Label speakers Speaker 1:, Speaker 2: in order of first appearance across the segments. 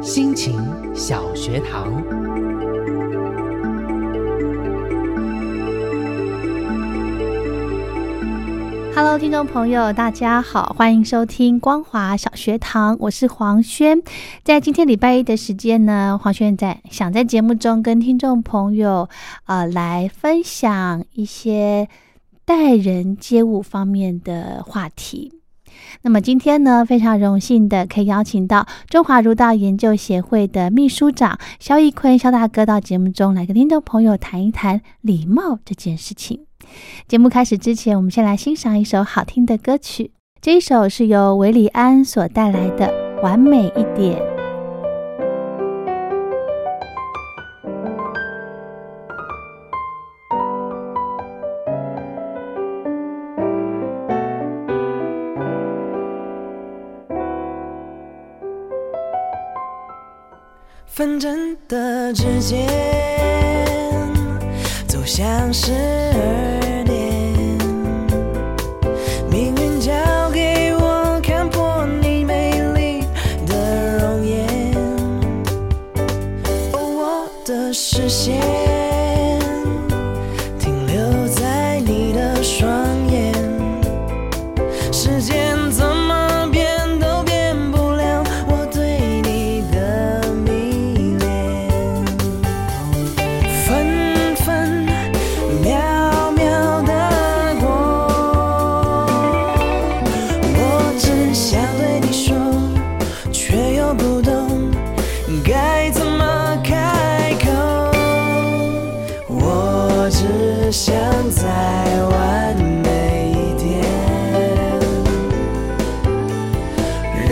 Speaker 1: 心情小学堂。
Speaker 2: Hello，听众朋友，大家好，欢迎收听光华小学堂，我是黄轩。在今天礼拜一的时间呢，黄轩在想在节目中跟听众朋友呃来分享一些待人接物方面的话题。那么今天呢，非常荣幸的可以邀请到中华儒道研究协会的秘书长肖一坤肖大哥到节目中来跟听众朋友谈一谈礼貌这件事情。节目开始之前，我们先来欣赏一首好听的歌曲。这一首是由韦礼安所带来的《完美一点》。
Speaker 3: 纷争的指尖走向十二点，命运交给我看破你美丽的容颜。哦，我的视线停留在你的双眼，时间怎么变都变不了我对你的迷恋。分分秒秒的过，我只想对你说，却又不懂该怎么开口。我只想再完美一点，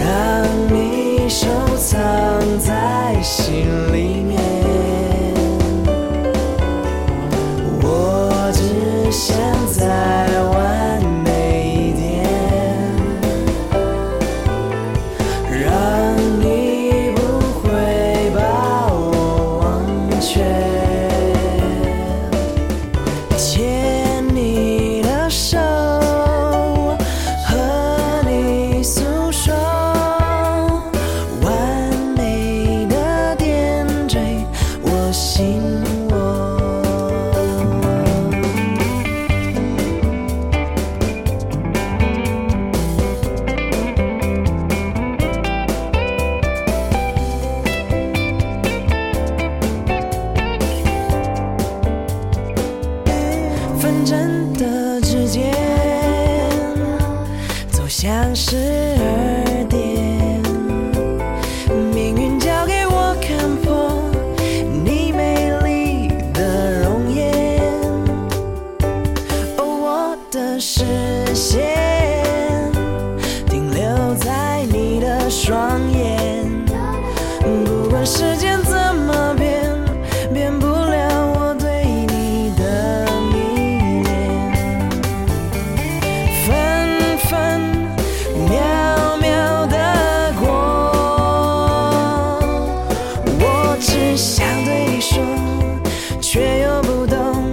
Speaker 3: 让你收藏在心里面。我只想再完美一点，让你不会把我忘却。牵你的手，和你诉说完美的点缀，我心窝。纷争的指尖走向十二点，命运交给我看破你美丽的容颜，哦，我的视线停留在你的双眼，不管时间怎么变，变不了我对你的迷恋。分分秒秒的过，我只想对你说，却又不懂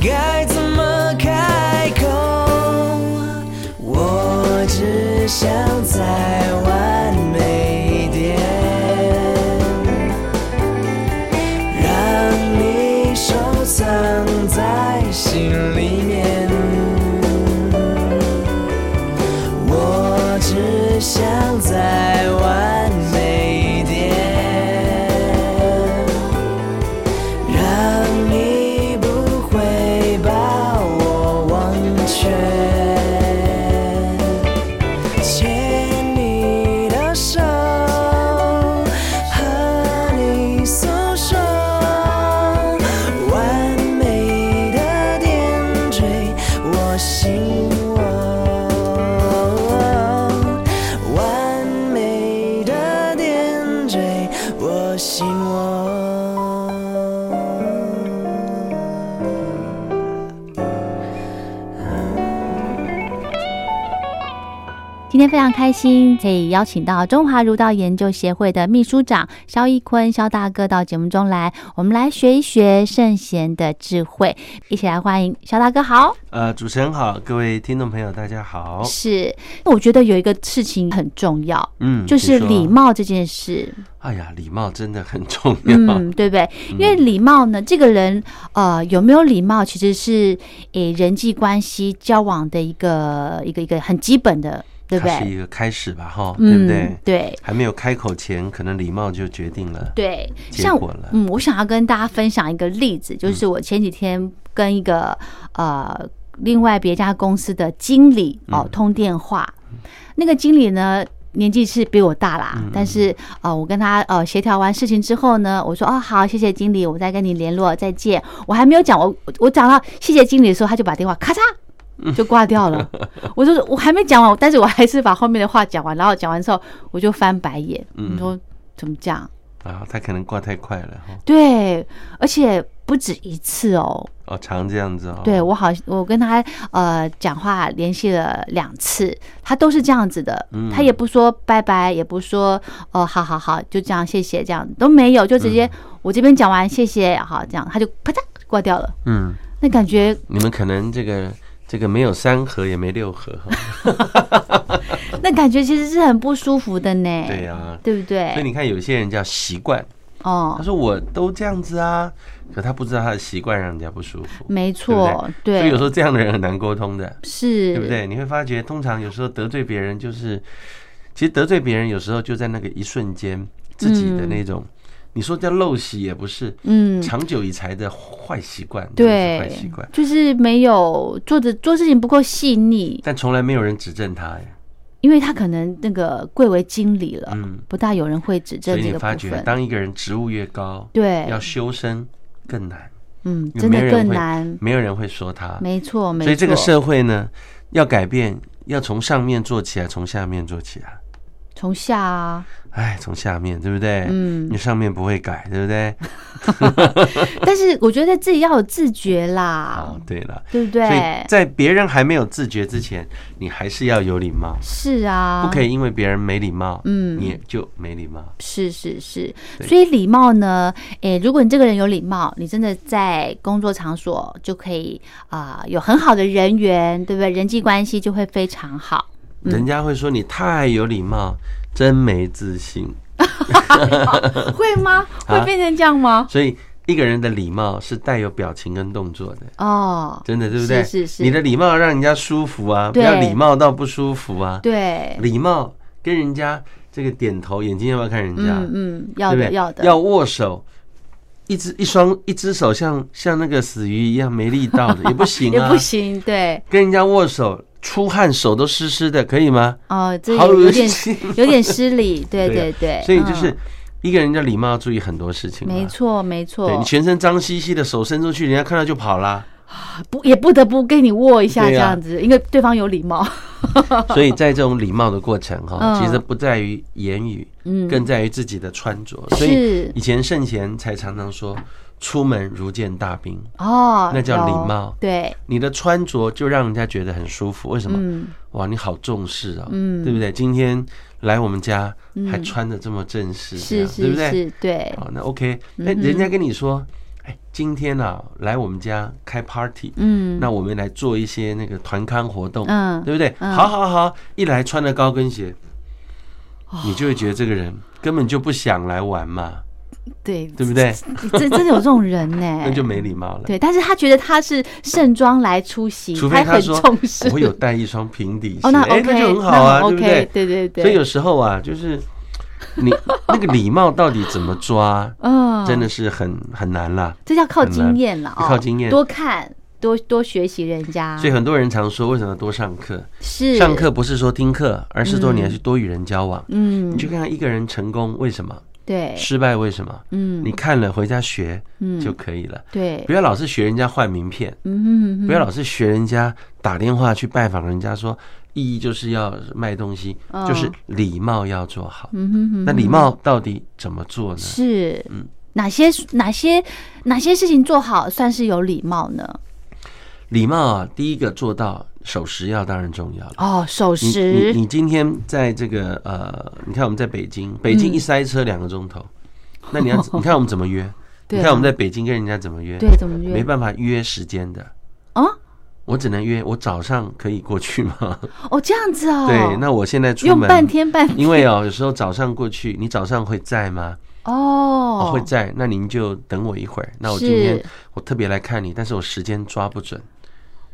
Speaker 3: 该怎么开口。我只想再完美一点，让你收藏在心里面。我只想再完美一点，让你不会我。
Speaker 2: 今天非常开心，可以邀请到中华儒道研究协会的秘书长肖一坤肖大哥到节目中来，我们来学一学圣贤的智慧，一起来欢迎肖大哥好。
Speaker 4: 呃，主持人好，各位听众朋友，大家好。
Speaker 2: 是，我觉得有一个事情很重要，
Speaker 4: 嗯，
Speaker 2: 就是
Speaker 4: 请说
Speaker 2: 礼。貌这件事。
Speaker 4: 哎呀，礼貌真的很重要。
Speaker 2: 嗯，对不对？因为礼貌呢，这个人呃有没有礼貌，其实是诶人际关系交往的一个一个一个很基本的，对不
Speaker 4: 它是
Speaker 2: 对？
Speaker 4: 一个开始吧，哈，对不
Speaker 2: 嗯，
Speaker 4: 对？
Speaker 2: 对
Speaker 4: 还没有开口前，可能礼貌就决定了。
Speaker 2: 对，
Speaker 4: 结
Speaker 2: 像
Speaker 4: 果了嗯
Speaker 2: 嗯，我想要跟大家分享一个例子，就是我前几天跟一个呃另外别家公司的经理
Speaker 4: 嗯
Speaker 2: 哦通电话，那个经理呢。年纪是比我大
Speaker 4: 嗯
Speaker 2: 啦，但是呃，我跟他呃协调完事情之后呢，我说哦好，谢谢经理，我再跟你联络，再见。我还没有讲，我我我讲到谢谢经理的时候，他就把电话咔嚓 就挂掉了。我就说我还没讲完，但是我还是把后面的话讲完，然后讲完之后我就翻白眼，
Speaker 4: 嗯
Speaker 2: 你说怎么讲？
Speaker 4: 啊，他可能挂太快了，哈。
Speaker 2: 对，而且不止一次哦。
Speaker 4: 哦，常这样子哦。
Speaker 2: 对我好，我跟他呃讲话联系了两次，他都是这样子的，
Speaker 4: 嗯
Speaker 2: 他也不说拜拜，也不说哦、好好好，就这样谢谢，这样都没有，就直接、
Speaker 4: 嗯
Speaker 2: 我这边讲完谢谢，好这样他就啪嚓挂掉了，
Speaker 4: 嗯，
Speaker 2: 那感觉
Speaker 4: 你们可能这个这个没有三合也没六合，哈
Speaker 2: 那感觉其实是很不舒服的呢。
Speaker 4: 对呀。
Speaker 2: 对不
Speaker 4: 所以
Speaker 2: 对？
Speaker 4: 你看，有些人叫习惯，
Speaker 2: 哦
Speaker 4: 他，说我都这样子啊，可他不知道他的习惯让人家不舒服。
Speaker 2: 没错，
Speaker 4: 所以
Speaker 2: 嗯对，
Speaker 4: 有时候这样的人很难沟通的。
Speaker 2: 是，
Speaker 4: 对不？对？你会发觉，通常有时候得罪别人，就是其实得罪别人，有时候就在那个一瞬间，自己的那种，你说叫陋习也不是，
Speaker 2: 嗯，
Speaker 4: 长久以来的坏习惯，真的是
Speaker 2: 对
Speaker 4: 坏习惯，。
Speaker 2: 就是没有做的做事情不够细腻，
Speaker 4: 但从来没有人指正他，哎，
Speaker 2: 因为他可能那个贵为经理了，
Speaker 4: 嗯
Speaker 2: 不大有人会啊指
Speaker 4: 所
Speaker 2: 正
Speaker 4: 以
Speaker 2: 这
Speaker 4: 你
Speaker 2: 个
Speaker 4: 发
Speaker 2: 部
Speaker 4: 觉，
Speaker 2: 分。
Speaker 4: 当一个人职务越高，
Speaker 2: 对，
Speaker 4: 要修身更难，
Speaker 2: 嗯，
Speaker 4: 因为
Speaker 2: 真
Speaker 4: 没
Speaker 2: 的
Speaker 4: 人
Speaker 2: 更
Speaker 4: 会
Speaker 2: 难，
Speaker 4: 没有人会说他，
Speaker 2: 没错，没错。
Speaker 4: 所以这个社会呢，要改变，要从上面做起来，从下面做起来，
Speaker 2: 从下啊，
Speaker 4: 哎，从下面，对不对？
Speaker 2: 嗯
Speaker 4: 哎你，上面不会改，对不对？
Speaker 2: 但是我觉得自己要有自觉啦
Speaker 4: 哦，，对了，
Speaker 2: 对不
Speaker 4: 所以
Speaker 2: 对？
Speaker 4: 在别人还没有自觉之前，你还是要有礼貌，
Speaker 2: 是啊，
Speaker 4: 不可以因为别人没礼貌，
Speaker 2: 嗯
Speaker 4: 你也就没礼貌。
Speaker 2: 是是是，
Speaker 4: 对
Speaker 2: 所以礼貌呢，诶，如果你这个人有礼貌，你真的在工作场所就可以啊、有很好的人缘，对不对？人际关系就会非常 好。嗯
Speaker 4: 人家会说你太有礼貌，真没自信。
Speaker 2: 会吗？
Speaker 4: 啊
Speaker 2: 会变成这样吗？
Speaker 4: 所以一个人的礼貌是带有表情跟动作的，
Speaker 2: 哦，
Speaker 4: 真的对不对？
Speaker 2: 是是是
Speaker 4: 你的礼貌让人家舒服啊，不
Speaker 2: 对
Speaker 4: 要礼貌到不舒服啊。
Speaker 2: 对，
Speaker 4: 礼貌跟人家这个点头，眼睛要不要看人家？
Speaker 2: 嗯嗯，要
Speaker 4: 对不
Speaker 2: 的
Speaker 4: 对？
Speaker 2: 要的，
Speaker 4: 要握手，一只一双一只手像像那个死鱼一样没力道的也不 行
Speaker 2: 也
Speaker 4: 啊，
Speaker 2: 不行，对，
Speaker 4: 跟人家握手，出汗手都湿湿的，可以吗？
Speaker 2: 哦，这
Speaker 4: 好
Speaker 2: 有有
Speaker 4: 恶
Speaker 2: 点
Speaker 4: 心
Speaker 2: 有点失 礼，对
Speaker 4: 对
Speaker 2: 对
Speaker 4: 啊
Speaker 2: 对，
Speaker 4: 所以就是
Speaker 2: 嗯
Speaker 4: 一个人的礼貌要注意很多事情、
Speaker 2: 没。错没
Speaker 4: 对
Speaker 2: 错
Speaker 4: 你，全身脏兮兮的，手伸出去，人家看到就跑 啦。
Speaker 2: 不也不得不跟你握一下
Speaker 4: 对
Speaker 2: 这
Speaker 4: 啊
Speaker 2: 样子，因为对方有礼 貌，
Speaker 4: 所以在这种礼貌的过程哈，
Speaker 2: 嗯
Speaker 4: 其实不在于言语，
Speaker 2: 嗯，
Speaker 4: 更在于自己的穿着。所以
Speaker 2: 是
Speaker 4: 以前圣贤才常常说，出门如见大兵，
Speaker 2: 哦，
Speaker 4: 那叫礼
Speaker 2: 有
Speaker 4: 貌
Speaker 2: 对，
Speaker 4: 你的穿着就让人家觉得很舒服。为什么？
Speaker 2: 嗯，
Speaker 4: 哇，你好重视啊、
Speaker 2: 嗯
Speaker 4: 对不对？今天来我们家
Speaker 2: 嗯
Speaker 4: 还穿的这么正式，这
Speaker 2: 是
Speaker 4: 样对
Speaker 2: 是
Speaker 4: 不对？
Speaker 2: 是，对，
Speaker 4: 好，那 OK，那
Speaker 2: 嗯
Speaker 4: 人家跟你说，哎，今天啊来我们家开 party，
Speaker 2: 嗯，
Speaker 4: 那我们来做一些那个团康活动，
Speaker 2: 嗯
Speaker 4: 对不对？
Speaker 2: 嗯
Speaker 4: 好好好，一来穿了高跟鞋，你就会觉得这个人根本就不想来玩嘛，
Speaker 2: 对
Speaker 4: 对不对？
Speaker 2: 真真的有这种人呢，
Speaker 4: 那就没礼貌了。
Speaker 2: 对，但是他觉得他是盛装来出席，
Speaker 4: 除非
Speaker 2: 他
Speaker 4: 他
Speaker 2: 很
Speaker 4: 说
Speaker 2: 重视，
Speaker 4: 我有带一双平底鞋，
Speaker 2: 哦，那
Speaker 4: 哎
Speaker 2: OK，
Speaker 4: 那就很好啊，
Speaker 2: 那 OK，
Speaker 4: 对不对？
Speaker 2: 对对对，
Speaker 4: 所以有时候啊，就是你 那个礼貌到底怎么抓，
Speaker 2: 嗯，
Speaker 4: 真的是很很难啦。
Speaker 2: 这叫靠
Speaker 4: 很难
Speaker 2: 经验了哦，
Speaker 4: 靠经验
Speaker 2: 多看多多学习人家，
Speaker 4: 所以很多人常说，为什么要多上课？
Speaker 2: 是
Speaker 4: 上课不是说听课，而是说
Speaker 2: 嗯
Speaker 4: 你要去多与人交往。
Speaker 2: 嗯
Speaker 4: 你，去看看一个人成功为什么，
Speaker 2: 对，
Speaker 4: 失败为什么，
Speaker 2: 嗯，
Speaker 4: 你看了回家学
Speaker 2: 嗯
Speaker 4: 就可以了。
Speaker 2: 对
Speaker 4: 不，要老是学人家换名片，
Speaker 2: 嗯，
Speaker 4: 不要老是学人家打电话去拜访人家说，意义就是要卖东西，
Speaker 2: 嗯
Speaker 4: 就是礼貌要做好。
Speaker 2: 嗯哼哼，
Speaker 4: 那礼貌到底怎么做呢？
Speaker 2: 是，哪些哪些哪些事情做好算是有礼貌呢？
Speaker 4: 礼貌啊，第一个做到守时要当然重要了。
Speaker 2: 哦，守
Speaker 4: 你你
Speaker 2: 时，
Speaker 4: 你今天在这个呃，你看我们在北京，北
Speaker 2: 嗯
Speaker 4: 京一塞车两个钟头，那你要 你看我们怎么约？
Speaker 2: 对啊
Speaker 4: 你看我们在北京跟人家怎么约？
Speaker 2: 对，怎么
Speaker 4: 没
Speaker 2: 约？
Speaker 4: 办法约时间的，
Speaker 2: 啊，
Speaker 4: 我只能约我早上可以过去吗？
Speaker 2: 哦，这样子哦，
Speaker 4: 对，那我现在出
Speaker 2: 用
Speaker 4: 门
Speaker 2: 半天半
Speaker 4: 因为哦，有时候早上过去，你早上会在吗？
Speaker 2: 哦，
Speaker 4: 会在，那您就等我一会儿。那我
Speaker 2: 是
Speaker 4: 今天我特别来看你，但是我时间抓不准，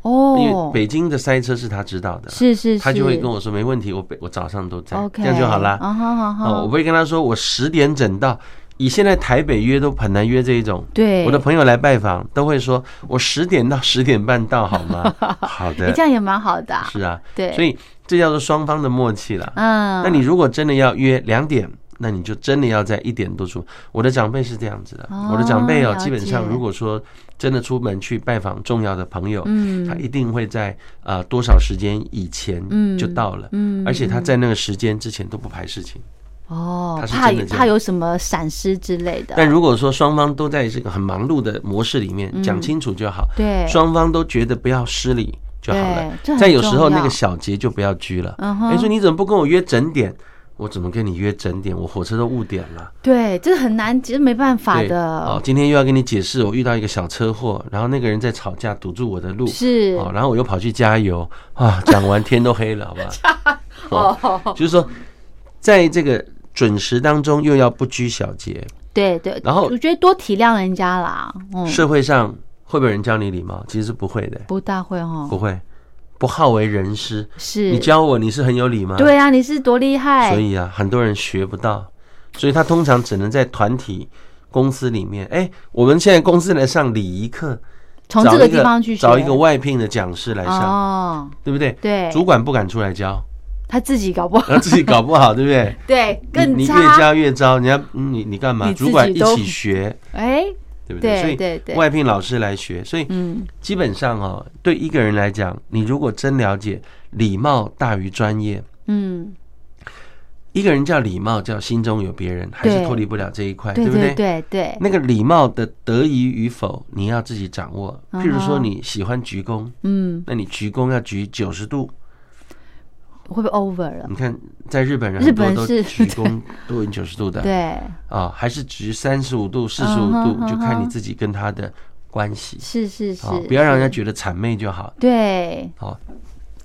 Speaker 4: 因
Speaker 2: 哦
Speaker 4: 为，北京的塞车是他知道的，
Speaker 2: 是是是，
Speaker 4: 他就会跟我说没问题，我北我早上都在
Speaker 2: OK，
Speaker 4: 这样就好啦。
Speaker 2: 啊哈哈哈
Speaker 4: 哦，我不会跟他说我十点整到。以现在台北约都很难约这一种，
Speaker 2: 对，
Speaker 4: 我的朋友来拜访都会说，我十点到十点半到好吗？ 好
Speaker 2: 诶
Speaker 4: 的
Speaker 2: 这，样也蛮好的啊，
Speaker 4: 是啊，
Speaker 2: 对，
Speaker 4: 所以这叫做双方的默契啦。
Speaker 2: 嗯，
Speaker 4: 那你如果真的要约两点，那你就真的要在一点多出。我的长辈是这样子的，
Speaker 2: 哦
Speaker 4: 我的长辈哦
Speaker 2: 了，解
Speaker 4: 基本上如果说真的出门去拜访重要的朋友，
Speaker 2: 嗯
Speaker 4: 他一定会在呃多少时间以前
Speaker 2: 嗯
Speaker 4: 就到了，
Speaker 2: 嗯
Speaker 4: 而且他在那个时间之前都不排事情。
Speaker 2: 哦
Speaker 4: 他，是
Speaker 2: 怕
Speaker 4: 真的这样
Speaker 2: 怕有什么闪失之类的，
Speaker 4: 但如果说双方都在这个很忙碌的模式里
Speaker 2: 嗯
Speaker 4: 面，讲清楚就好，
Speaker 2: 对，
Speaker 4: 双方都觉得不要失礼就好了
Speaker 2: 对这。很
Speaker 4: 再有时候那
Speaker 2: 重要
Speaker 4: 个小节就不要拘了。
Speaker 2: 嗯哼
Speaker 4: 哎，说你怎么不跟我约整点？我怎么跟你约整点？我火车都误点了。
Speaker 2: 对，这很难，其实没办法
Speaker 4: 对，哦
Speaker 2: 的，，
Speaker 4: 今天又要跟你解释，我遇到一个小车祸，然后那个人在吵架，堵住我的路，
Speaker 2: 是
Speaker 4: 哦，然后我又跑去加油啊，讲完天都黑了，好 吧？哦，就是说，在这个准时当中，又要不拘小节。
Speaker 2: 对对，
Speaker 4: 然后
Speaker 2: 我觉得多体谅人家啦，嗯，
Speaker 4: 社会上会不会有人教你礼貌？其实是不会的，
Speaker 2: 不大会哦
Speaker 4: 不，会，不好为人师。
Speaker 2: 是，
Speaker 4: 你教我，你是很有礼吗？，
Speaker 2: 对啊，你是多厉害，
Speaker 4: 所以啊，很多人学不到，所以他通常只能在团体。公司里面，哎、我们现在公司来上礼仪课，
Speaker 2: 从
Speaker 4: 找
Speaker 2: 这个
Speaker 4: 一
Speaker 2: 地方去学，
Speaker 4: 找一个外聘的讲师来上，
Speaker 2: 哦，
Speaker 4: 对不对？
Speaker 2: 对，
Speaker 4: 主管不敢出来教，
Speaker 2: 他自己搞不好，
Speaker 4: 然后自己搞不好，对不对？
Speaker 2: 对，更
Speaker 4: 你你越
Speaker 2: 差，
Speaker 4: 教越糟，人家嗯你你干嘛？
Speaker 2: 你自己
Speaker 4: 主管一
Speaker 2: 都
Speaker 4: 起学，
Speaker 2: 哎，
Speaker 4: 对不
Speaker 2: 对
Speaker 4: 所以
Speaker 2: 对对
Speaker 4: 外聘老师来学，所以
Speaker 2: 嗯，
Speaker 4: 基本上哦，对一个人来讲，你如果真了解礼貌大于专业，
Speaker 2: 嗯，
Speaker 4: 一个人叫礼貌，叫心中有别人，还是
Speaker 2: 对
Speaker 4: 脱离不了这一块，
Speaker 2: 对
Speaker 4: 哎不
Speaker 2: 对对对，
Speaker 4: 那个礼貌的得宜与否，你要自己掌握。譬如
Speaker 2: 嗯
Speaker 4: 说
Speaker 2: 哼
Speaker 4: 你喜欢鞠躬，
Speaker 2: 嗯，
Speaker 4: 那你鞠躬要鞠九十度，
Speaker 2: 会不会 over 了？
Speaker 4: 你看，在日本
Speaker 2: 嗯
Speaker 4: 人
Speaker 2: 日
Speaker 4: 很多
Speaker 2: 本
Speaker 4: 都
Speaker 2: 是
Speaker 4: 鞠 躬都已经九十度的，
Speaker 2: 对，
Speaker 4: 啊，还是鞠三十五度、四十
Speaker 2: 嗯
Speaker 4: 五
Speaker 2: 哼
Speaker 4: 度
Speaker 2: 嗯，
Speaker 4: 就看你
Speaker 2: 哼
Speaker 4: 自己跟他的关系
Speaker 2: 是是是
Speaker 4: 啊，，不要让人家
Speaker 2: 是
Speaker 4: 觉得谄媚就好。
Speaker 2: 对，
Speaker 4: 好，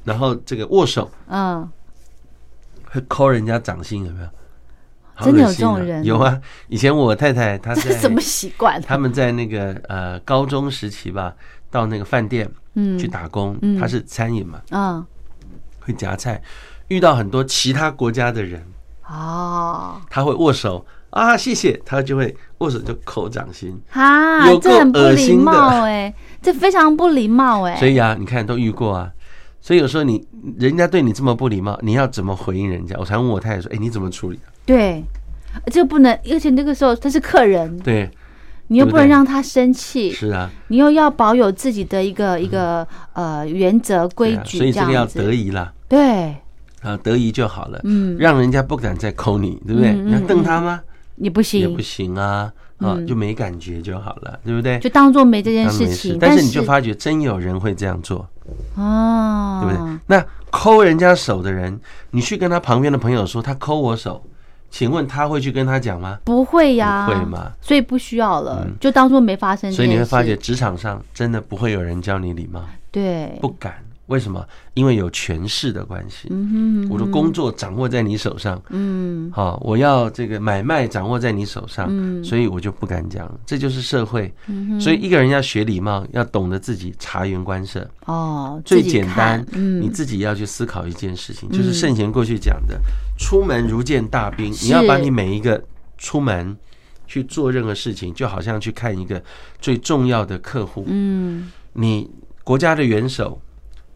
Speaker 4: 然后这个握手
Speaker 2: 嗯，
Speaker 4: 会抠人家掌心，有没有？好
Speaker 2: 真的
Speaker 4: 恶
Speaker 2: 有
Speaker 4: 心
Speaker 2: 这种
Speaker 4: 啊
Speaker 2: 人
Speaker 4: 有啊，以前我太太她
Speaker 2: 这是
Speaker 4: 在
Speaker 2: 什么习惯？
Speaker 4: 他们在那个呃高中时期吧，到那个饭店
Speaker 2: 嗯
Speaker 4: 去打工
Speaker 2: 嗯，
Speaker 4: 她是餐饮嘛，
Speaker 2: 嗯，
Speaker 4: 会夹菜，遇到很多其他国家的人。
Speaker 2: 哦，
Speaker 4: 他会握手啊，谢谢，他就会握手就扣掌心。
Speaker 2: 哈，
Speaker 4: 有够
Speaker 2: 这很不
Speaker 4: 恶
Speaker 2: 礼
Speaker 4: 心的
Speaker 2: 貌哎，这非常不礼貌哎，
Speaker 4: 所以啊，你看都遇过啊，所以有时候你人家对你这么不礼貌，你要怎么回应人家？我常问我太太说：“哎、你怎么处理
Speaker 2: 对，这个不能，而且那个时候他是客人？”，
Speaker 4: 对，
Speaker 2: 你又
Speaker 4: 对
Speaker 2: 不
Speaker 4: 不
Speaker 2: 能
Speaker 4: 对
Speaker 2: 让他生气，
Speaker 4: 是啊，
Speaker 2: 你又要保有自己的一个一个呃原则规
Speaker 4: 对啊
Speaker 2: 矩，
Speaker 4: 所以这
Speaker 2: 样
Speaker 4: 个要
Speaker 2: 子
Speaker 4: 得宜啦，
Speaker 2: 对，
Speaker 4: 啊，得宜就好了，
Speaker 2: 嗯，
Speaker 4: 让人家不敢再抠你，对不对？
Speaker 2: 嗯嗯
Speaker 4: 你要瞪他吗？
Speaker 2: 你不
Speaker 4: 也
Speaker 2: 行
Speaker 4: 不，行啊，啊
Speaker 2: 嗯，
Speaker 4: 就没感觉就好了，对不对？
Speaker 2: 就当做没这件
Speaker 4: 当然
Speaker 2: 事
Speaker 4: 没
Speaker 2: 情，
Speaker 4: 但是你就发觉真有人会这样做，
Speaker 2: 哦，
Speaker 4: 对不对？那抠人家手的人，你去跟他旁边的朋友说他抠我手，请问他会去跟他讲吗？
Speaker 2: 不会呀，
Speaker 4: 不会嘛？
Speaker 2: 所以不需要了，
Speaker 4: 嗯
Speaker 2: 就当做没发生这件事。
Speaker 4: 所以你会发觉，职场上真的不会有人教你礼貌，
Speaker 2: 对，
Speaker 4: 不敢。为什么？因为有权势的关系。
Speaker 2: 嗯哼，
Speaker 4: 我的工作掌握在你手上，
Speaker 2: 嗯，
Speaker 4: 好、我要这个买卖掌握在你手上，
Speaker 2: 嗯
Speaker 4: 所以我就不敢讲。这就是社会，
Speaker 2: 嗯哼
Speaker 4: 所以一个人要学礼貌，要懂得自己察言观色。
Speaker 2: 哦，
Speaker 4: 最
Speaker 2: 自己
Speaker 4: 简
Speaker 2: 看
Speaker 4: 单，你
Speaker 2: 嗯，
Speaker 4: 自己要去思考一件事情，就是圣贤过去讲的“出门如见大兵”，
Speaker 2: 是
Speaker 4: 你要把你每一个出门去做任何事情，就好像去看一个最重要的客户，
Speaker 2: 嗯，
Speaker 4: 你国家的元首，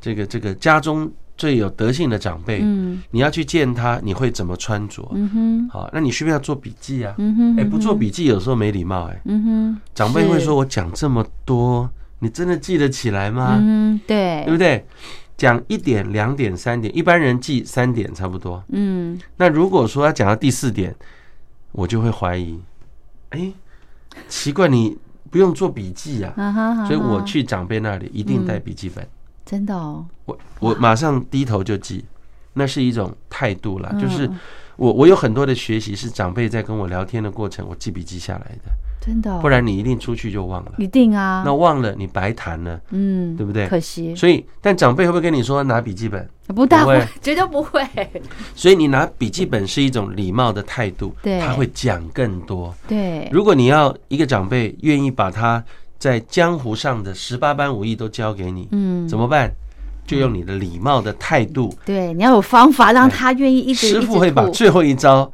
Speaker 4: 这个这个家中最有德性的长辈，
Speaker 2: 嗯
Speaker 4: 你要去见他，你会怎么穿着？
Speaker 2: 嗯哼，
Speaker 4: 好，那你需不需要做笔记啊？
Speaker 2: 嗯哼，
Speaker 4: 哎，不做笔记有时候没礼貌哎、
Speaker 2: 嗯哼，
Speaker 4: 长辈会
Speaker 2: 是
Speaker 4: 说：“啊我讲这么多，你真的记得起来吗？”
Speaker 2: 嗯哼，对
Speaker 4: 对，不对？讲一点、两点、三点，一般人记三点差不多。
Speaker 2: 嗯，
Speaker 4: 那如果说他讲到第四点，我就会怀疑，哎，奇怪，你不用做笔记呀、
Speaker 2: 啊哈，
Speaker 4: 所以我
Speaker 2: 啊哈
Speaker 4: 去长辈那里一定带笔记本，
Speaker 2: 真的哦，
Speaker 4: 我我马上低头就记，那是一种态度啦。就是
Speaker 2: 嗯
Speaker 4: 我我有很多的学习是长辈在跟我聊天的过程，我记笔记下来的，
Speaker 2: 真的哦，
Speaker 4: 不然你一定出去就忘了。
Speaker 2: 一定啊，
Speaker 4: 那忘了你白谈了，
Speaker 2: 嗯，
Speaker 4: 对不对
Speaker 2: 可惜，
Speaker 4: 所以但长辈会不会跟你说拿笔记本？
Speaker 2: 不大
Speaker 4: 不
Speaker 2: 会
Speaker 4: 会，
Speaker 2: 绝对不 会，
Speaker 4: 所以你拿笔记本是一种礼貌的态度，
Speaker 2: 对
Speaker 4: 他会讲更多。
Speaker 2: 对，
Speaker 4: 如果你要一个长辈愿意把他在江湖上的十八般武艺都教给你，
Speaker 2: 嗯，
Speaker 4: 怎么办？就用你的礼貌的态度，
Speaker 2: 对，你要有方法让他愿意一直
Speaker 4: 哎师
Speaker 2: 一
Speaker 4: 傅
Speaker 2: 直
Speaker 4: 会把
Speaker 2: 吐
Speaker 4: 最后一招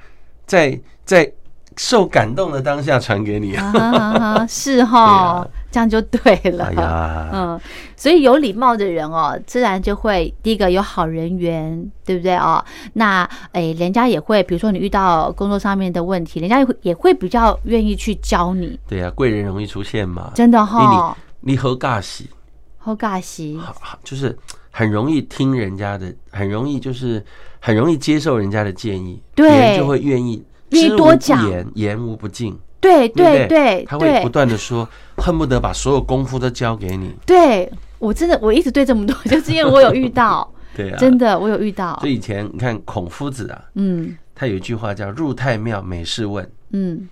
Speaker 4: 在在受感动的当下传给你。
Speaker 2: 啊哈哈哈，是哈
Speaker 4: 对啊，
Speaker 2: 这样就对
Speaker 4: 哎
Speaker 2: 了。
Speaker 4: 呀，
Speaker 2: 嗯，所以有礼貌的人哦，自然就会第一个有好人缘，对不对哦？那诶，人家也会，比如说你遇到工作上面的问题，人家也会也会比较愿意去教你，
Speaker 4: 对呀，贵人容易出现嘛。
Speaker 2: 真的哈、
Speaker 4: 啊你啊和尬喜，
Speaker 2: 好尬喜，
Speaker 4: 好好就是很容易听人家的，很容易就是很容易接受人家的建议，
Speaker 2: 对
Speaker 4: 别人就会愿意
Speaker 2: 愿意
Speaker 4: 知无
Speaker 2: 多
Speaker 4: 不
Speaker 2: 讲
Speaker 4: 言言无不尽。
Speaker 2: 对
Speaker 4: 对
Speaker 2: 对对
Speaker 4: 他会不
Speaker 2: 对
Speaker 4: 断的说，恨不得把所有功夫都交给你。
Speaker 2: 对，我真的我一直对这么多， 就是因为我有遇到，
Speaker 4: 对啊，
Speaker 2: 真。的我有遇到
Speaker 4: 所，以以前你看孔夫子啊，
Speaker 2: 嗯
Speaker 4: 他有一句话叫“入太庙，每事问
Speaker 2: 嗯，”，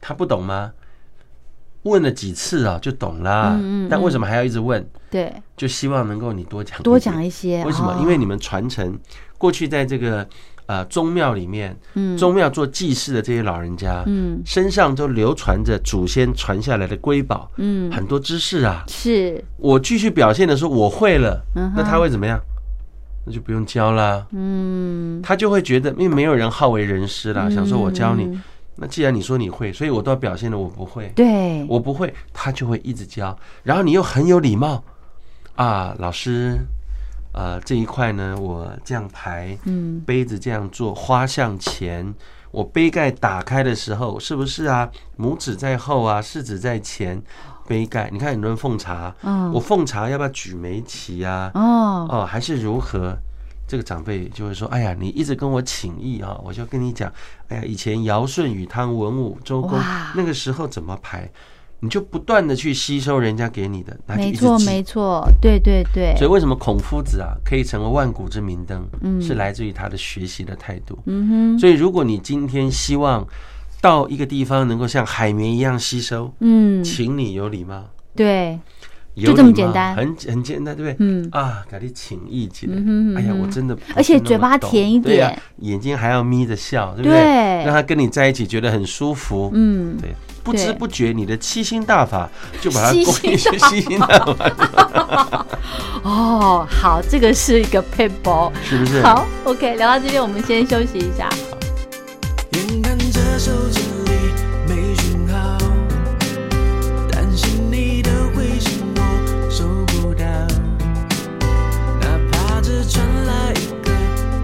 Speaker 4: 他不懂吗？问了几次啊，就懂啦。
Speaker 2: 嗯嗯嗯
Speaker 4: 但为什么还要一直问？
Speaker 2: 对，
Speaker 4: 就希望能够你多讲
Speaker 2: 多
Speaker 4: 点
Speaker 2: 讲一些，
Speaker 4: 为什么
Speaker 2: 哦？
Speaker 4: 因为你们传承过去在这个呃宗庙里面，
Speaker 2: 嗯
Speaker 4: 宗庙做祭祀的这些老人家，
Speaker 2: 嗯
Speaker 4: 身上都流传着祖先传下来的瑰宝，
Speaker 2: 嗯
Speaker 4: 很多知识啊。
Speaker 2: 是
Speaker 4: 我继续表现的说我会了，
Speaker 2: 嗯哼
Speaker 4: 那他会怎么样？那就不用教啦，
Speaker 2: 嗯，
Speaker 4: 他就会觉得，因为没有人好为人师啦，啊想说我教你
Speaker 2: 嗯，，
Speaker 4: 那既然你说你会，所以我都要表现的我不会，
Speaker 2: 对，
Speaker 4: 我不会，他就会一直教，然后你又很有礼貌啊，老师，呃，这一块呢，我这样排，
Speaker 2: 嗯
Speaker 4: 杯子这样做，花向前。我杯盖打开的时候，是不是啊？拇指在后啊，食指在前。杯盖，你看很多人奉茶，
Speaker 2: 嗯
Speaker 4: 我奉茶要不要举眉旗啊？
Speaker 2: 哦
Speaker 4: 哦，还是如何？这个长辈就会说：“哎呀，你一直跟我请益啊，我就跟你讲，哎呀，以前尧舜禹汤文武周公
Speaker 2: 哇
Speaker 4: 那个时候怎么排，你就不断的去吸收人家给你的，那就一
Speaker 2: 没
Speaker 4: 直
Speaker 2: 错
Speaker 4: 记
Speaker 2: 没错，对对对，
Speaker 4: 所以为什么孔夫子啊可以成为万古之明灯，
Speaker 2: 嗯
Speaker 4: 是来自于他的学习的态度。
Speaker 2: 嗯哼，
Speaker 4: 所以如果你今天希望到一个地方能够像海绵一样吸收，
Speaker 2: 嗯，
Speaker 4: 请你有礼貌，
Speaker 2: 对，
Speaker 4: 有
Speaker 2: 就这么
Speaker 4: 礼貌
Speaker 2: 简单
Speaker 4: 很很简单，对不对？
Speaker 2: 嗯
Speaker 4: 啊，改天请一姐。
Speaker 2: 嗯哼嗯哼
Speaker 4: 哎呀，我真的不是那么懂，
Speaker 2: 而且嘴巴甜一
Speaker 4: 对呀
Speaker 2: 点
Speaker 4: 眼睛还要眯着笑，对不
Speaker 2: 对
Speaker 4: 让他跟你在一起觉得很舒服。
Speaker 2: 嗯，
Speaker 4: 对，不知不觉你的七星大法就把它
Speaker 2: 吸
Speaker 4: 过去
Speaker 2: 星
Speaker 4: 吸星大 法，
Speaker 2: 哦，好，这个是一个配包。
Speaker 4: 是不是？
Speaker 2: 好，OK，聊到这边，我们先休息一下。
Speaker 3: 眼看着手机里没讯号，担心你的回信我收不到，哪怕只传来一个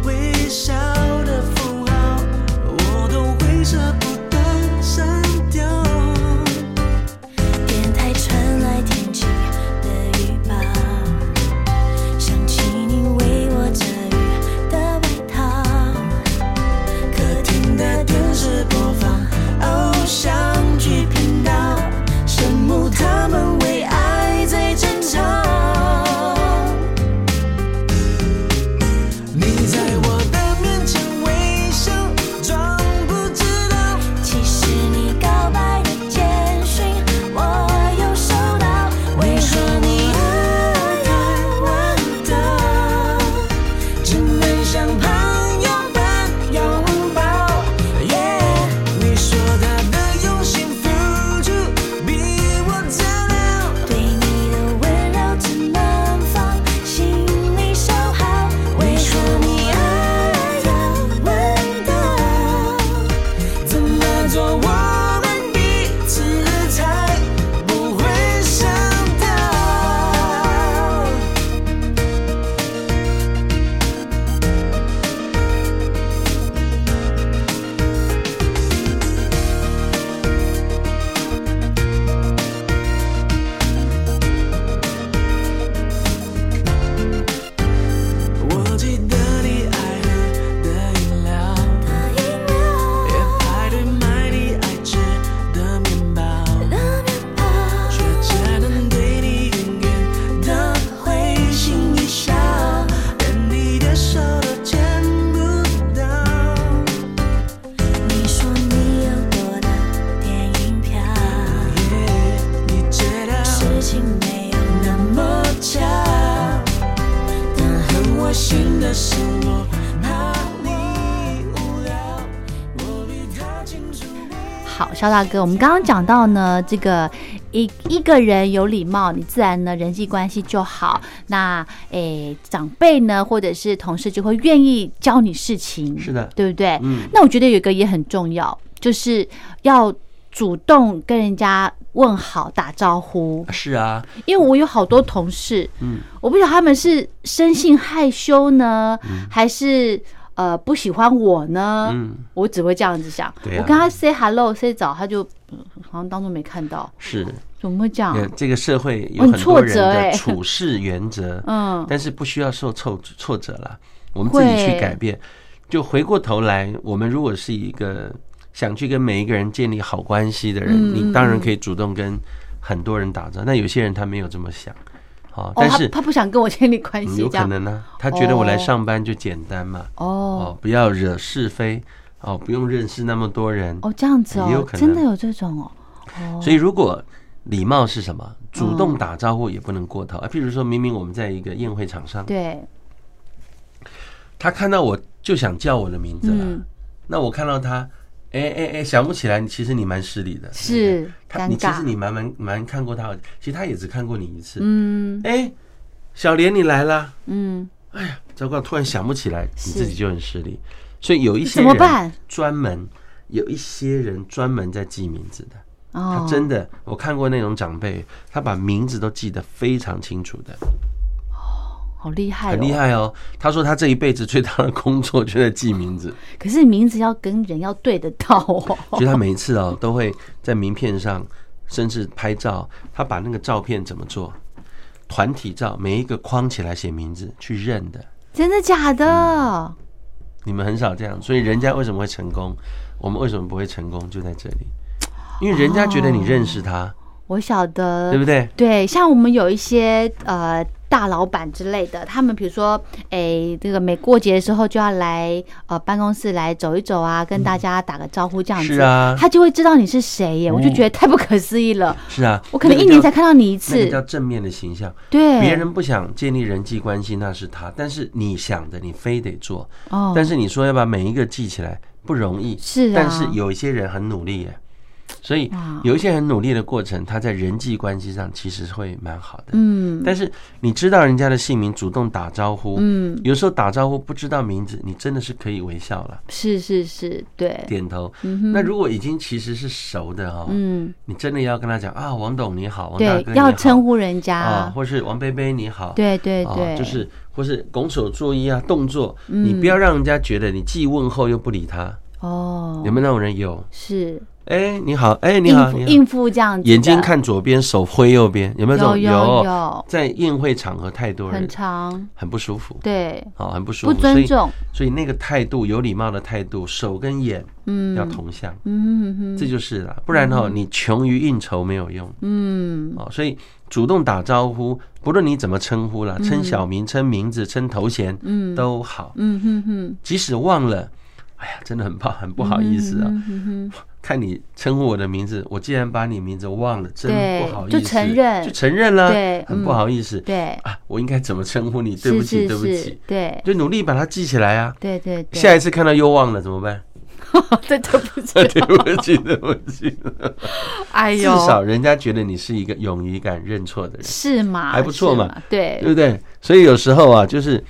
Speaker 3: 微笑的符号，我都会舍不得删掉。
Speaker 5: 电台传来天气的预报，想起你为我遮雨的外套，
Speaker 3: 啊可是我怕你无聊，我比他清楚你。
Speaker 2: 好，肖大哥，我们刚刚讲到呢，这个一一个人有礼貌，你自然呢人际关系就好。那诶，长辈呢或者是同事就会愿意教你事情，
Speaker 4: 是的
Speaker 2: 对不对？
Speaker 4: 嗯
Speaker 2: 那我觉得有一个也很重要，就是要主动跟人家问好、打招呼。
Speaker 4: 是啊，
Speaker 2: 因为我有好多同事，嗯，我不晓得他们是生性害羞呢，还是呃不喜欢我呢？
Speaker 4: 嗯，
Speaker 2: 我只会这样子想。
Speaker 4: 对啊
Speaker 2: 我跟他 say hello say 早，他就、嗯好像当做没看到，
Speaker 4: 是。
Speaker 2: 怎么会这样？
Speaker 4: 呃这个社会有
Speaker 2: 很
Speaker 4: 很多
Speaker 2: 啊挫
Speaker 4: 人
Speaker 2: 折欸
Speaker 4: 的处事原则，
Speaker 2: 嗯
Speaker 4: 但是不需要受挫挫折啦，我们自己去
Speaker 2: 会
Speaker 4: 改变。就回过头来，我们如果是一个想去跟每一个人建立好关系的人，
Speaker 2: 嗯
Speaker 4: 你当然可以主动跟很多人打招呼。那有些人他没有这么想，好，
Speaker 2: 哦，
Speaker 4: 但
Speaker 2: 他
Speaker 4: 是
Speaker 2: 他不想跟我建立关
Speaker 4: 嗯
Speaker 2: 系，
Speaker 4: 有
Speaker 2: 这
Speaker 4: 可
Speaker 2: 样
Speaker 4: 能呢，他觉得我来
Speaker 2: 哦
Speaker 4: 上班就简单嘛，
Speaker 2: 哦
Speaker 4: 哦，不要惹是非，哦，不用认识那么多人，
Speaker 2: 哦这样子
Speaker 4: 也有
Speaker 2: 哦，
Speaker 4: 可能
Speaker 2: 真的有这种哦，
Speaker 4: 所以，如果礼貌是什么，主
Speaker 2: 嗯
Speaker 4: 动打招呼也不能过头啊。譬如说，明明我们在一个宴会场上，
Speaker 2: 对，
Speaker 4: 他看到我就想叫我的名字了
Speaker 2: 嗯，
Speaker 4: 那我看到他，哎哎哎，想不起来，你其实你蛮失礼的，对不对
Speaker 2: 是
Speaker 4: 他，
Speaker 2: 尴
Speaker 4: 你其实
Speaker 2: 尬，
Speaker 4: 你蛮蛮蛮看过他，其实他也只看过你一次。
Speaker 2: 嗯
Speaker 4: 哎，小莲你来啦，
Speaker 2: 嗯，
Speaker 4: 糟糕，突然想不起来，你
Speaker 2: 是
Speaker 4: 自己就很失礼。所以有一些
Speaker 2: 怎么
Speaker 4: 人
Speaker 2: 办
Speaker 4: 专门有一些人专门在记名字的。他
Speaker 2: 哦，
Speaker 4: 真的，我看过那种长辈，他把名字都记得非常清楚的，
Speaker 2: 好厉害，
Speaker 4: 很厉。害哦。他说他这一辈子最大的工作就在记名字，
Speaker 2: 可是名字要跟人要对得到哦，
Speaker 4: 所以他每一次哦都会在名片上，甚至拍照，他把那个照片怎么做？团体照，每一个框起来写名字去认的。
Speaker 2: 真的假
Speaker 4: 嗯
Speaker 2: 的？
Speaker 4: 你们很少这样，所以人家为什么会成功，我们为什么不会成功，就在这里，因为人家觉得你认 识他，
Speaker 2: 我晓得，
Speaker 4: 对不对？
Speaker 2: 对，像我们有一些呃大老板之类的，他们比如说，诶，这个每过节的时候就要来呃办公室来走一走啊，跟大家打个招呼这样子，
Speaker 4: 是啊
Speaker 2: 他就会知道你是谁耶，我就
Speaker 4: 嗯
Speaker 2: 觉得太不可思议了。
Speaker 4: 是啊，
Speaker 2: 我可能
Speaker 4: 那
Speaker 2: 一
Speaker 4: 个
Speaker 2: 年
Speaker 4: 叫
Speaker 2: 才看到你一
Speaker 4: 那
Speaker 2: 次
Speaker 4: 个，叫正面的形象。
Speaker 2: 对，
Speaker 4: 别人不想建立人际关系，那是他；但是你想的，你非得做。
Speaker 2: 哦，
Speaker 4: 但是你说要把每一个记起来不容易，
Speaker 2: 是啊
Speaker 4: 但是有一些人很努力耶，所以
Speaker 2: 哇
Speaker 4: 有一些很努力的过程，他在人际关系上其实会蛮好的。
Speaker 2: 嗯，
Speaker 4: 但是你知道人家的姓名，主动打招呼，
Speaker 2: 嗯
Speaker 4: 有时候打招呼不知道名字，你真的是可以微笑了，
Speaker 2: 是是是，对，
Speaker 4: 点头。那如果已经其实是熟的哈、哦，
Speaker 2: 嗯，
Speaker 4: 你真的要跟他讲啊，王董你好，王大
Speaker 2: 对
Speaker 4: 哥，你好
Speaker 2: 要称呼人家，
Speaker 4: 啊，或是王贝贝你好，
Speaker 2: 对对
Speaker 4: 啊
Speaker 2: 对，嗯
Speaker 4: 就是或是拱手作揖啊，动作，你不要让人家觉得你既问候又不理他，
Speaker 2: 哦
Speaker 4: 有，没有那种人有？
Speaker 2: 是
Speaker 4: 哎，你好，哎，你
Speaker 2: 应
Speaker 4: 好，
Speaker 2: 付
Speaker 4: 你好，
Speaker 2: 应付这样子的，
Speaker 4: 眼睛看左边，手挥右边，有没有这
Speaker 2: 有
Speaker 4: 种？
Speaker 2: 有有，
Speaker 4: 在宴会场合太多
Speaker 2: 很
Speaker 4: 人
Speaker 2: 长，
Speaker 4: 很不舒服，
Speaker 2: 对。
Speaker 4: 好，很不舒
Speaker 2: 不
Speaker 4: 服，所
Speaker 2: 尊
Speaker 4: 以
Speaker 2: 重，
Speaker 4: 所以那个态度，有礼貌的态度，手跟眼
Speaker 2: 嗯，
Speaker 4: 要同向，
Speaker 2: 嗯哼
Speaker 4: 这就是啦，不然哦，你穷于应酬没有用。
Speaker 2: 嗯，
Speaker 4: 哦，所以主动打招呼，不论你怎么称呼啦，称小名、称名字、称头衔，嗯，都好。
Speaker 2: 嗯哼哼，
Speaker 4: 即使忘了，哎呀，真的很不很不好意思啊。
Speaker 2: 嗯
Speaker 4: 看你称呼我的名字，我竟然把你名字忘了，真
Speaker 2: 对
Speaker 4: 不好意思，
Speaker 2: 就承认
Speaker 4: 就承认了，
Speaker 2: 对
Speaker 4: 很不好意思。
Speaker 2: 对，
Speaker 4: 啊，我应该怎么称呼你？对不起，
Speaker 2: 是
Speaker 4: 对不
Speaker 2: 是是
Speaker 4: 起，
Speaker 2: 对
Speaker 4: 就努力把它记起来啊。
Speaker 2: 对对对，
Speaker 4: 下一次看到又忘了怎 么办？
Speaker 2: 这对不起，
Speaker 4: 对不起，对不起。
Speaker 2: 哎
Speaker 4: 至
Speaker 2: 呦，
Speaker 4: 少人家觉得你是一个勇于敢认错的人。
Speaker 2: 是嘛，
Speaker 4: 还不错嘛
Speaker 2: 是嘛，对
Speaker 4: 对，不对？所以有时候啊，就是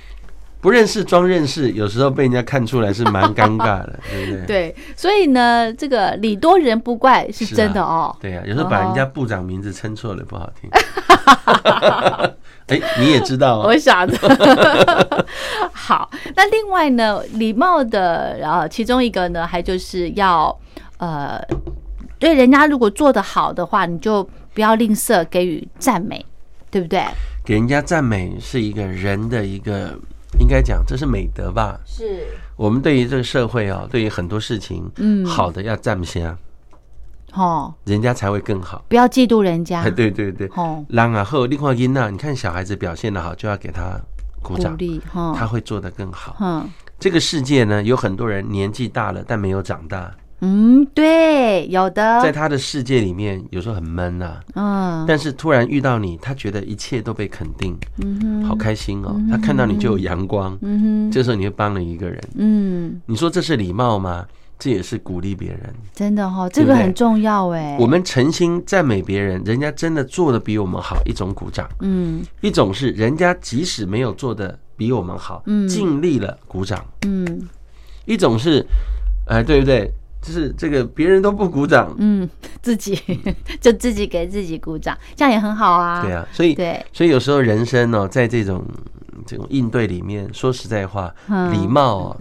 Speaker 4: 不认识装认识，有时候被人家看出来是蛮尴尬的，对不对？
Speaker 2: 对，所以呢，这个礼多人不怪是
Speaker 4: 是啊
Speaker 2: 真的哦，
Speaker 4: 对呀、有时候把人家部长名字称错了不好 听。哎，你也知道、
Speaker 2: 我
Speaker 4: 哦，
Speaker 2: 想的。 好，那另外呢，礼貌的，然后其中一个呢，还就是要呃，对人家如果做得好的话，你就不要吝啬给予赞美，对不对？
Speaker 4: 给人家赞美是一个人的一个，应该讲这是美德吧？
Speaker 2: 是，
Speaker 4: 我们对于这个社会啊，对于很多事情，
Speaker 2: 嗯
Speaker 4: 好的要赞美啊，
Speaker 2: 哦，
Speaker 4: 人家才会更好。
Speaker 2: 不要嫉妒人家
Speaker 4: 哎，，对对对，
Speaker 2: 哦，
Speaker 4: 让啊后，你看囡娜，你看小孩子表现的好，就要给他鼓
Speaker 2: 鼓
Speaker 4: 掌，
Speaker 2: 励，哈，
Speaker 4: 他会做得更好。
Speaker 2: 嗯
Speaker 4: 这个世界呢，有很多人年纪大了但没有长大，
Speaker 2: 嗯，对，有
Speaker 4: 在
Speaker 2: 的，
Speaker 4: 他的世界里面，有时候很闷啊呐、
Speaker 2: 嗯，
Speaker 4: 但是突然遇到你，他觉得一切都被肯定，
Speaker 2: 嗯哼，
Speaker 4: 好开心哦。他看到你就有阳光，
Speaker 2: 嗯哼，
Speaker 4: 这时候你就帮了一个人，
Speaker 2: 嗯，
Speaker 4: 你说这是礼貌吗？这也是鼓励别人。
Speaker 2: 真的哈、哦，这
Speaker 4: 对
Speaker 2: 个
Speaker 4: 不对
Speaker 2: 很重要哎。
Speaker 4: 我，们诚心赞美别人，人家真的做的比我们好，一种鼓掌；
Speaker 2: 嗯
Speaker 4: 一种是人家即使没有做的比我们好，
Speaker 2: 嗯
Speaker 4: 尽力了鼓掌；
Speaker 2: 嗯
Speaker 4: 一种是，哎，对不对？就是这个别人都不鼓掌，
Speaker 2: 嗯，自己 就自己给自己鼓掌，这样也很好啊。
Speaker 4: 对，啊，所以
Speaker 2: 对，
Speaker 4: 所以有时候人生呢、在这种这种应对里面，说实在话，
Speaker 2: 嗯
Speaker 4: 礼貌哦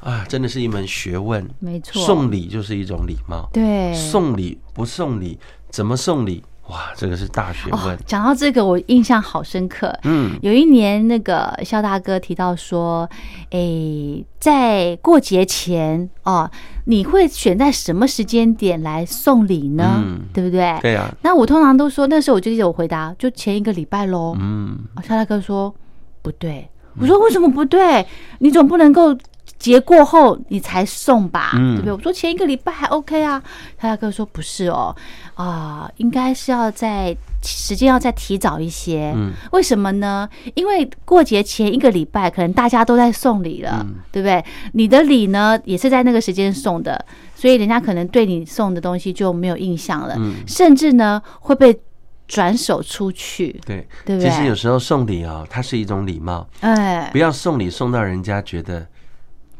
Speaker 4: 啊，真的是一门学问。
Speaker 2: 没错。
Speaker 4: 送礼就是一种礼貌，
Speaker 2: 对哦
Speaker 4: 送礼不送礼，怎么送礼？哇，这个是大学
Speaker 2: 哦
Speaker 4: 问。，
Speaker 2: 讲到这个，我印象好深刻。
Speaker 4: 嗯，
Speaker 2: 有一年，那个肖大哥提到说，诶、在过节前哦，你会选在什么时间点来送礼呢？
Speaker 4: 嗯
Speaker 2: 对不对？
Speaker 4: 对啊，
Speaker 2: 那我通常都说，那时候我就记得我回答，就前一个礼拜喽。
Speaker 4: 嗯，
Speaker 2: 啊肖大哥说不对，我说为什么不对？你总不能够节过后你才送吧，
Speaker 4: 嗯
Speaker 2: 对不对？我说前一个礼拜还 OK 啊，肖大哥说不是哦，啊、应该是要在时间要再提早一些，
Speaker 4: 嗯
Speaker 2: 为什么呢？因为过节前一个礼拜，可能大家都在送礼了，
Speaker 4: 嗯
Speaker 2: 对不对？你的礼呢也是在那个时间送的，所以人家可能对你送的东西就没有印象了，
Speaker 4: 嗯
Speaker 2: 甚至呢会被转手出去，
Speaker 4: 对。
Speaker 2: 对不
Speaker 4: 其实有
Speaker 2: 对？
Speaker 4: 时候送礼啊、它是一种礼貌，
Speaker 2: 哎
Speaker 4: 不，要送礼送到人家觉得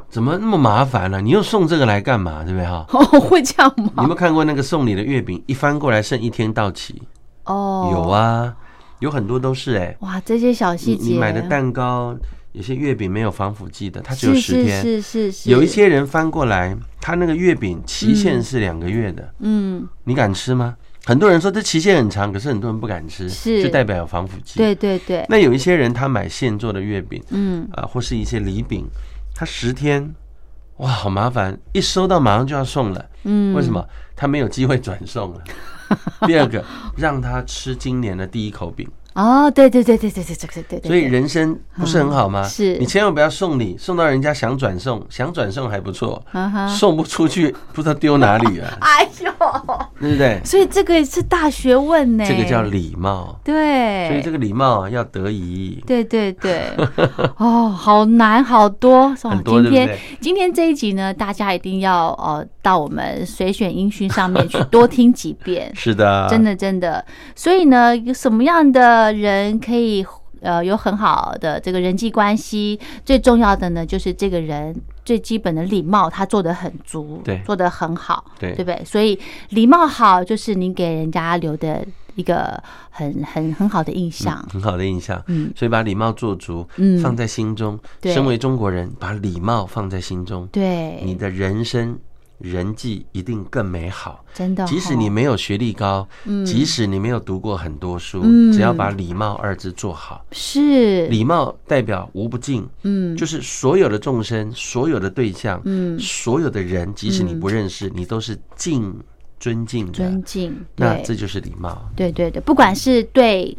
Speaker 4: 怎么那么麻烦啊了、你又送这个来干嘛？对不对哈？
Speaker 2: 哦， 会这样
Speaker 4: 你有
Speaker 2: 吗？
Speaker 4: 没有看过那个送礼的月饼，一翻过来剩一天到期？
Speaker 2: 哦，
Speaker 4: 有，啊，有很多都是哎、
Speaker 2: 哇，这些小
Speaker 4: 你
Speaker 2: 细节，
Speaker 4: 你买的蛋糕，有些月饼没有防腐剂的，它只有
Speaker 2: 是
Speaker 4: 十
Speaker 2: 是
Speaker 4: 天。
Speaker 2: 是是是，
Speaker 4: 有一，些人翻过来，他那个月饼期限是两个月的，
Speaker 2: 嗯，
Speaker 4: 你敢吃吗？很多人说这期限很长，可是很多人不敢吃，
Speaker 2: 是
Speaker 4: 就代表有防腐剂。
Speaker 2: 对。对对，
Speaker 4: 那有一些人他买现做的月饼
Speaker 2: 嗯，
Speaker 4: 啊、或是一些礼饼，他十天，哇，好麻烦，一收到马上就要送了。
Speaker 2: 嗯
Speaker 4: 为什么？他没有机会转送 了。第二个，让他吃今年的第一口饼。
Speaker 2: 哦，对对对对对对对对对对，
Speaker 4: 所以人生不是很好吗？
Speaker 2: 嗯是
Speaker 4: 你千万不要送礼，送到人家想转送，想转送还不错，
Speaker 2: 啊哈，，
Speaker 4: 送不出去不知道丢哪里 了
Speaker 2: 哎呦，
Speaker 4: 对不对？
Speaker 2: 所以这个是大学问呢，
Speaker 4: 这个叫礼貌，
Speaker 2: 对，
Speaker 4: 所以这个礼貌啊要得宜。
Speaker 2: 对对 对，哦，好难，好多，哦
Speaker 4: 很多
Speaker 2: 今天
Speaker 4: 对不，
Speaker 2: 今天这一集呢，大家一定要呃到我们随选音讯上面去多听几遍
Speaker 4: 是的，
Speaker 2: 真的真的。所以呢，有什么样的人可以呃有很好的这个人际关系？最重要的呢，就是这个人最基本的礼貌，他做的很足，
Speaker 4: 对
Speaker 2: 做的很好，
Speaker 4: 对
Speaker 2: 对不对？所以礼貌好，就是你给人家留的一个很很很好的印象。
Speaker 4: 很好的印象。
Speaker 2: 嗯
Speaker 4: 所以把礼貌做足，
Speaker 2: 嗯
Speaker 4: 放在心中。
Speaker 2: 对
Speaker 4: 身为中国人，把礼貌放在心中，
Speaker 2: 对，
Speaker 4: 你的人生人际一定更美好。
Speaker 2: 真的、哦
Speaker 4: 即使你，没有学历高，即使你没有读过很多书，
Speaker 2: 嗯
Speaker 4: 只要把礼貌二字做好，
Speaker 2: 是，
Speaker 4: 礼貌代表无不敬，
Speaker 2: 嗯，
Speaker 4: 就是所有的众生、所有的对象、
Speaker 2: 嗯
Speaker 4: 所有的人，即使你不认识，你都是敬、尊敬的
Speaker 2: 尊。敬，
Speaker 4: 那
Speaker 2: 对，
Speaker 4: 这就是礼貌，
Speaker 2: 对对对，不管是对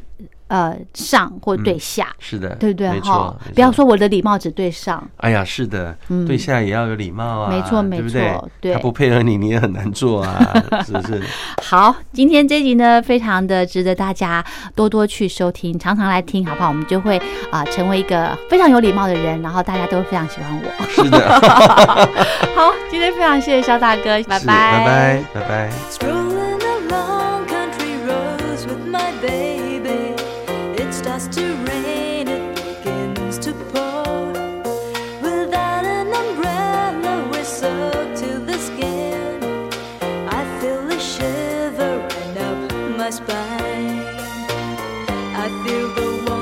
Speaker 2: 呃上或
Speaker 4: 嗯
Speaker 2: 对下，
Speaker 4: 是的，
Speaker 2: 对不对
Speaker 4: 没错
Speaker 2: 哈，
Speaker 4: 没错
Speaker 2: 不要说我的礼貌只对上，
Speaker 4: 哎呀，是的，对下也要有礼貌啊，
Speaker 2: 没错没
Speaker 4: 对不
Speaker 2: 错对
Speaker 4: 他不配合你，你也很难做啊，是不 是？
Speaker 2: 好，今天这集呢，非常的值得大家多多去收听，常常来听，好不好？我们就会啊、呃成为一个非常有礼貌的人，然后大家都会非常喜欢我。
Speaker 4: 是的，
Speaker 2: 好，今天非常谢谢肖大哥，拜拜，
Speaker 4: 是拜拜，拜拜。
Speaker 5: Strolling along country roads with my baby. It starts to rain, it begins to pour. Without an umbrella, we're soaked to the skin. I feel a shiver up my spine. I feel the warmth.